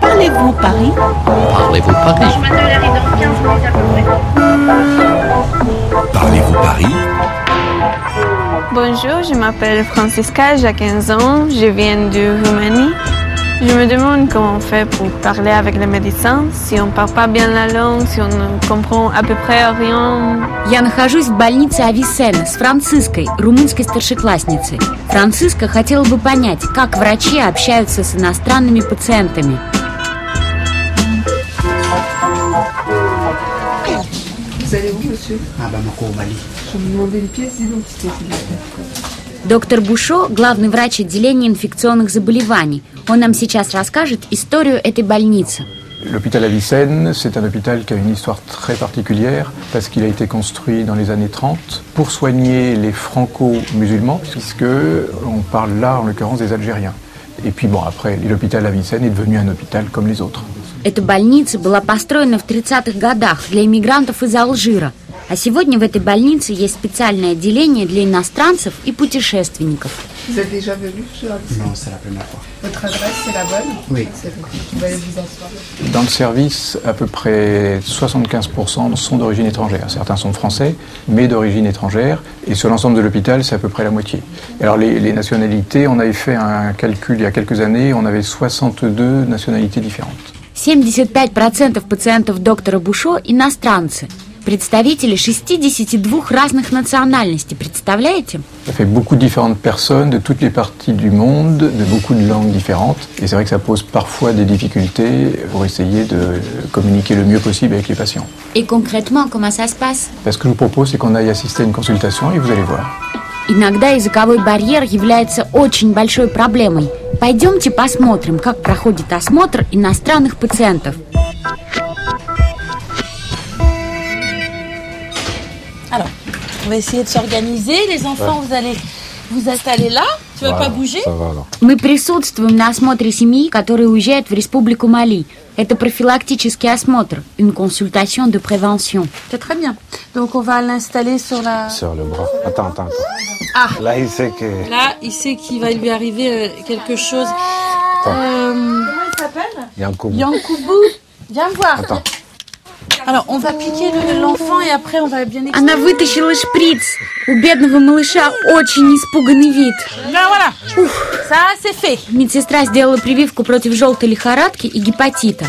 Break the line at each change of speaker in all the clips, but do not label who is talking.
Parlez-vous Paris
Parlez-vous Paris
Parlez-vous Paris
Bonjour, je m'appelle Francisca, j'ai 15 ans, je viens de Roumanie. Je me demande comment on fait pour parler avec les médecins, si on parle pas bien la langue, si on ne comprend à peu près rien.
Я нахожусь в больнице Ависена с Франциской, румынской старшеклассницей. Франциска хотела бы понять, как врачи общаются с иностранными пациентами.
Vous allez où, monsieur
à Bamako au Mali.
Je vais vous demander une pièce d'identité, s'il vous plaît.
Доктор Бушо – главный врач отделения инфекционных заболеваний. Он нам сейчас расскажет историю этой больницы.
L'hôpital Avicenne, c'est un hôpital qui a une histoire très particulière parce qu'il a été construit dans les années 30 pour soigner les franco-musulmans, puisque on parle là en l'occurrence des Algériens. Et puis bon, après, l'hôpital Avicenne est devenu un hôpital comme les autres.
Эта больница была построена в 30-х годах для иммигрантов из Алжира. А сегодня в этой больнице есть специальное отделение для иностранцев и путешественников.
Vous êtes déjà venu, monsieur Ravisseur
Non, c'est la première fois.
Votre adresse, c'est la bonne
Oui.
C'est bon. Vous allez vous asseoir.
Dans le service, à peu près 75% sont d'origine étrangère. Certains sont français, mais d'origine étrangère. Et sur l'ensemble de l'hôpital, c'est à peu près la moitié. Et Alors les, les nationalités, on avait fait un calcul il y a quelques années, on avait 62 nationalités différentes.
75% пациентов доктора Бушо – иностранцы. Представители 62 разных национальностей, представляете?
Ça fait beaucoup de différentes personnes de toutes les parties du monde, de beaucoup de langues différentes. Et c'est vrai que ça pose parfois des difficultés pour essayer de communiquer le mieux possible avec les patients.
Et concrètement, comment ça se passe?
Ben, Ce que je vous propose, c'est qu'on aille assister à une consultation et vous allez voir.
Иногда языковой барьер является очень большой проблемой. Пойдемте посмотрим, как проходит осмотр иностранных пациентов.
Alors, on va essayer de s'organiser. Les enfants, vous allez vous installer là. Tu veux pas bouger
Мы присутствуем на осмотре семьи, которая уезжает в Республику Мали. Это профилактический осмотр, une consultation de prévention.
C'est très bien. Donc, on va l'installer sur la...
Sur le bras. Attends, attends, attends.
Ah.
Là, il sait que.
Là, il sait qu'il va lui arriver euh, quelque chose. Euh,
Il y a un coup.
Yankoubou, viens me voir.
Attends.
Alors, on va piquer le- l'enfant et après, on va bien expliquer.
Она вытащила шприц. У бедного малыша очень испуганный вид.
Là, Ben, voilà. Ça, c'est fait.
Медсестра сделала прививку против желтой лихорадки и гепатита.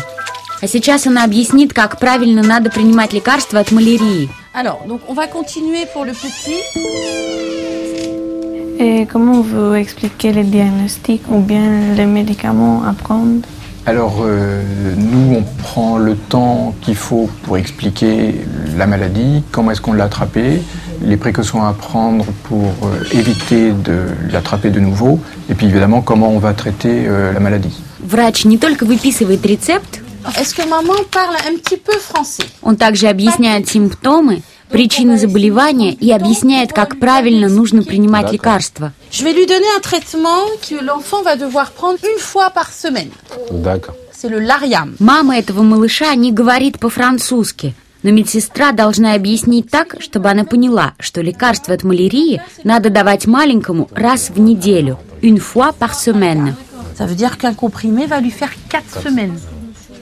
А сейчас она объяснит, как правильно надо принимать лекарства от малярии.
Alors, donc, on va continuer pour le petit.
Et comment vous expliquez les diagnostics ou bien les médicaments à prendre
Alors, euh, nous, on prend le temps qu'il faut pour expliquer la maladie, comment est-ce qu'on l'a attrapée, les précautions à prendre pour euh, éviter de l'attraper de nouveau, et puis évidemment, comment on va traiter euh, la maladie.
Врач не только выписывает рецепт,
Est-ce que maman parle un petit peu français
Он также объясняет симптомы, причины заболевания и объясняет, как правильно нужно принимать лекарства.
Je vais lui donner un traitement que l'enfant va devoir prendre une fois par semaine.
D'accord.
C'est le Lariam.
Мама этого малыша не говорит по-французски, но медсестра должна объяснить так, чтобы она поняла, что лекарство от малярии надо давать маленькому раз в неделю, une fois par semaine.
Ça veut dire qu'un comprimé va lui faire 4 semaines.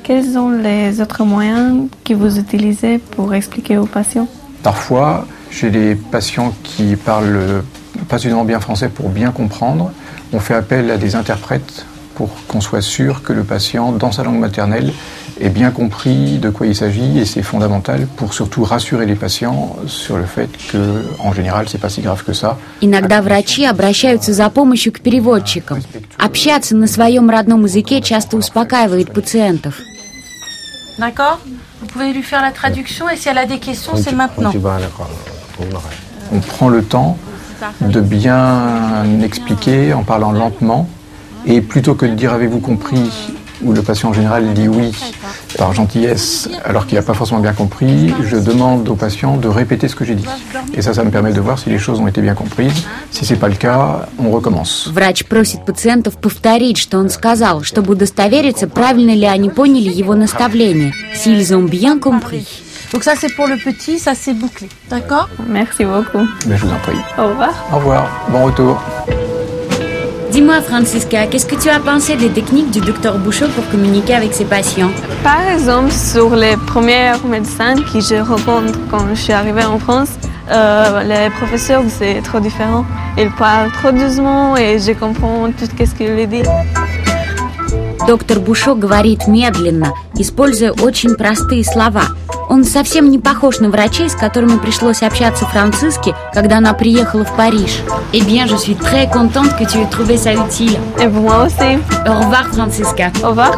Quels sont les autres moyens que vous utilisez pour expliquer aux patients
Parfois, chez les patients qui parlent euh, pas suffisamment bien français pour bien comprendre, on fait appel à des interprètes pour qu'on soit sûr que le patient, dans sa langue maternelle, ait bien compris de quoi il s'agit et c'est fondamental pour surtout rassurer les patients sur le fait que, en général, c'est pas si grave que ça.
Иногда врачи обращаются за помощью к переводчикам. Общаться на своем родном языке часто успокаивает пациентов.
D'accord Vous pouvez lui faire la traduction et si elle a des questions, c'est
On
maintenant.
dit bah, d'accord. On aura.
On prend le temps de bien expliquer en parlant lentement et plutôt que de dire avez-vous compris où le patient en général dit oui par gentillesse alors qu'il n'a pas forcément bien compris, je demande au patient de répéter ce que j'ai dit. Et ça, ça me permet de voir si les choses ont été bien comprises. Si ce n'est pas le cas, on recommence.
Врач просит пациентов повторить, что он сказал, чтобы удостовериться, правильно ли они поняли его наставление. S'ils ont bien compris.
Donc ça, c'est pour le petit, ça, c'est bouclé. D'accord
Merci beaucoup.
Mais je vous en prie.
Au revoir.
Au revoir, bon retour.
Dis-moi, Francisca, qu'est-ce que tu as pensé des techniques du docteur Bouchot pour communiquer avec ses patients
Par exemple, sur les premiers médecins que j'ai rencontrés quand je suis arrivée en France, euh, les professeurs, c'est trop différent. Ils parlent trop doucement et je comprends tout ce qu'ils disent.
Доктор Бушо говорит медленно, используя очень простые слова. Он совсем не похож на врачей, с которыми пришлось общаться Франциске, когда она приехала в Париж. Eh bien, je suis très contente que tu aies trouvé ça utile.
Et pour moi aussi.
Au revoir, Francisca.
Au revoir.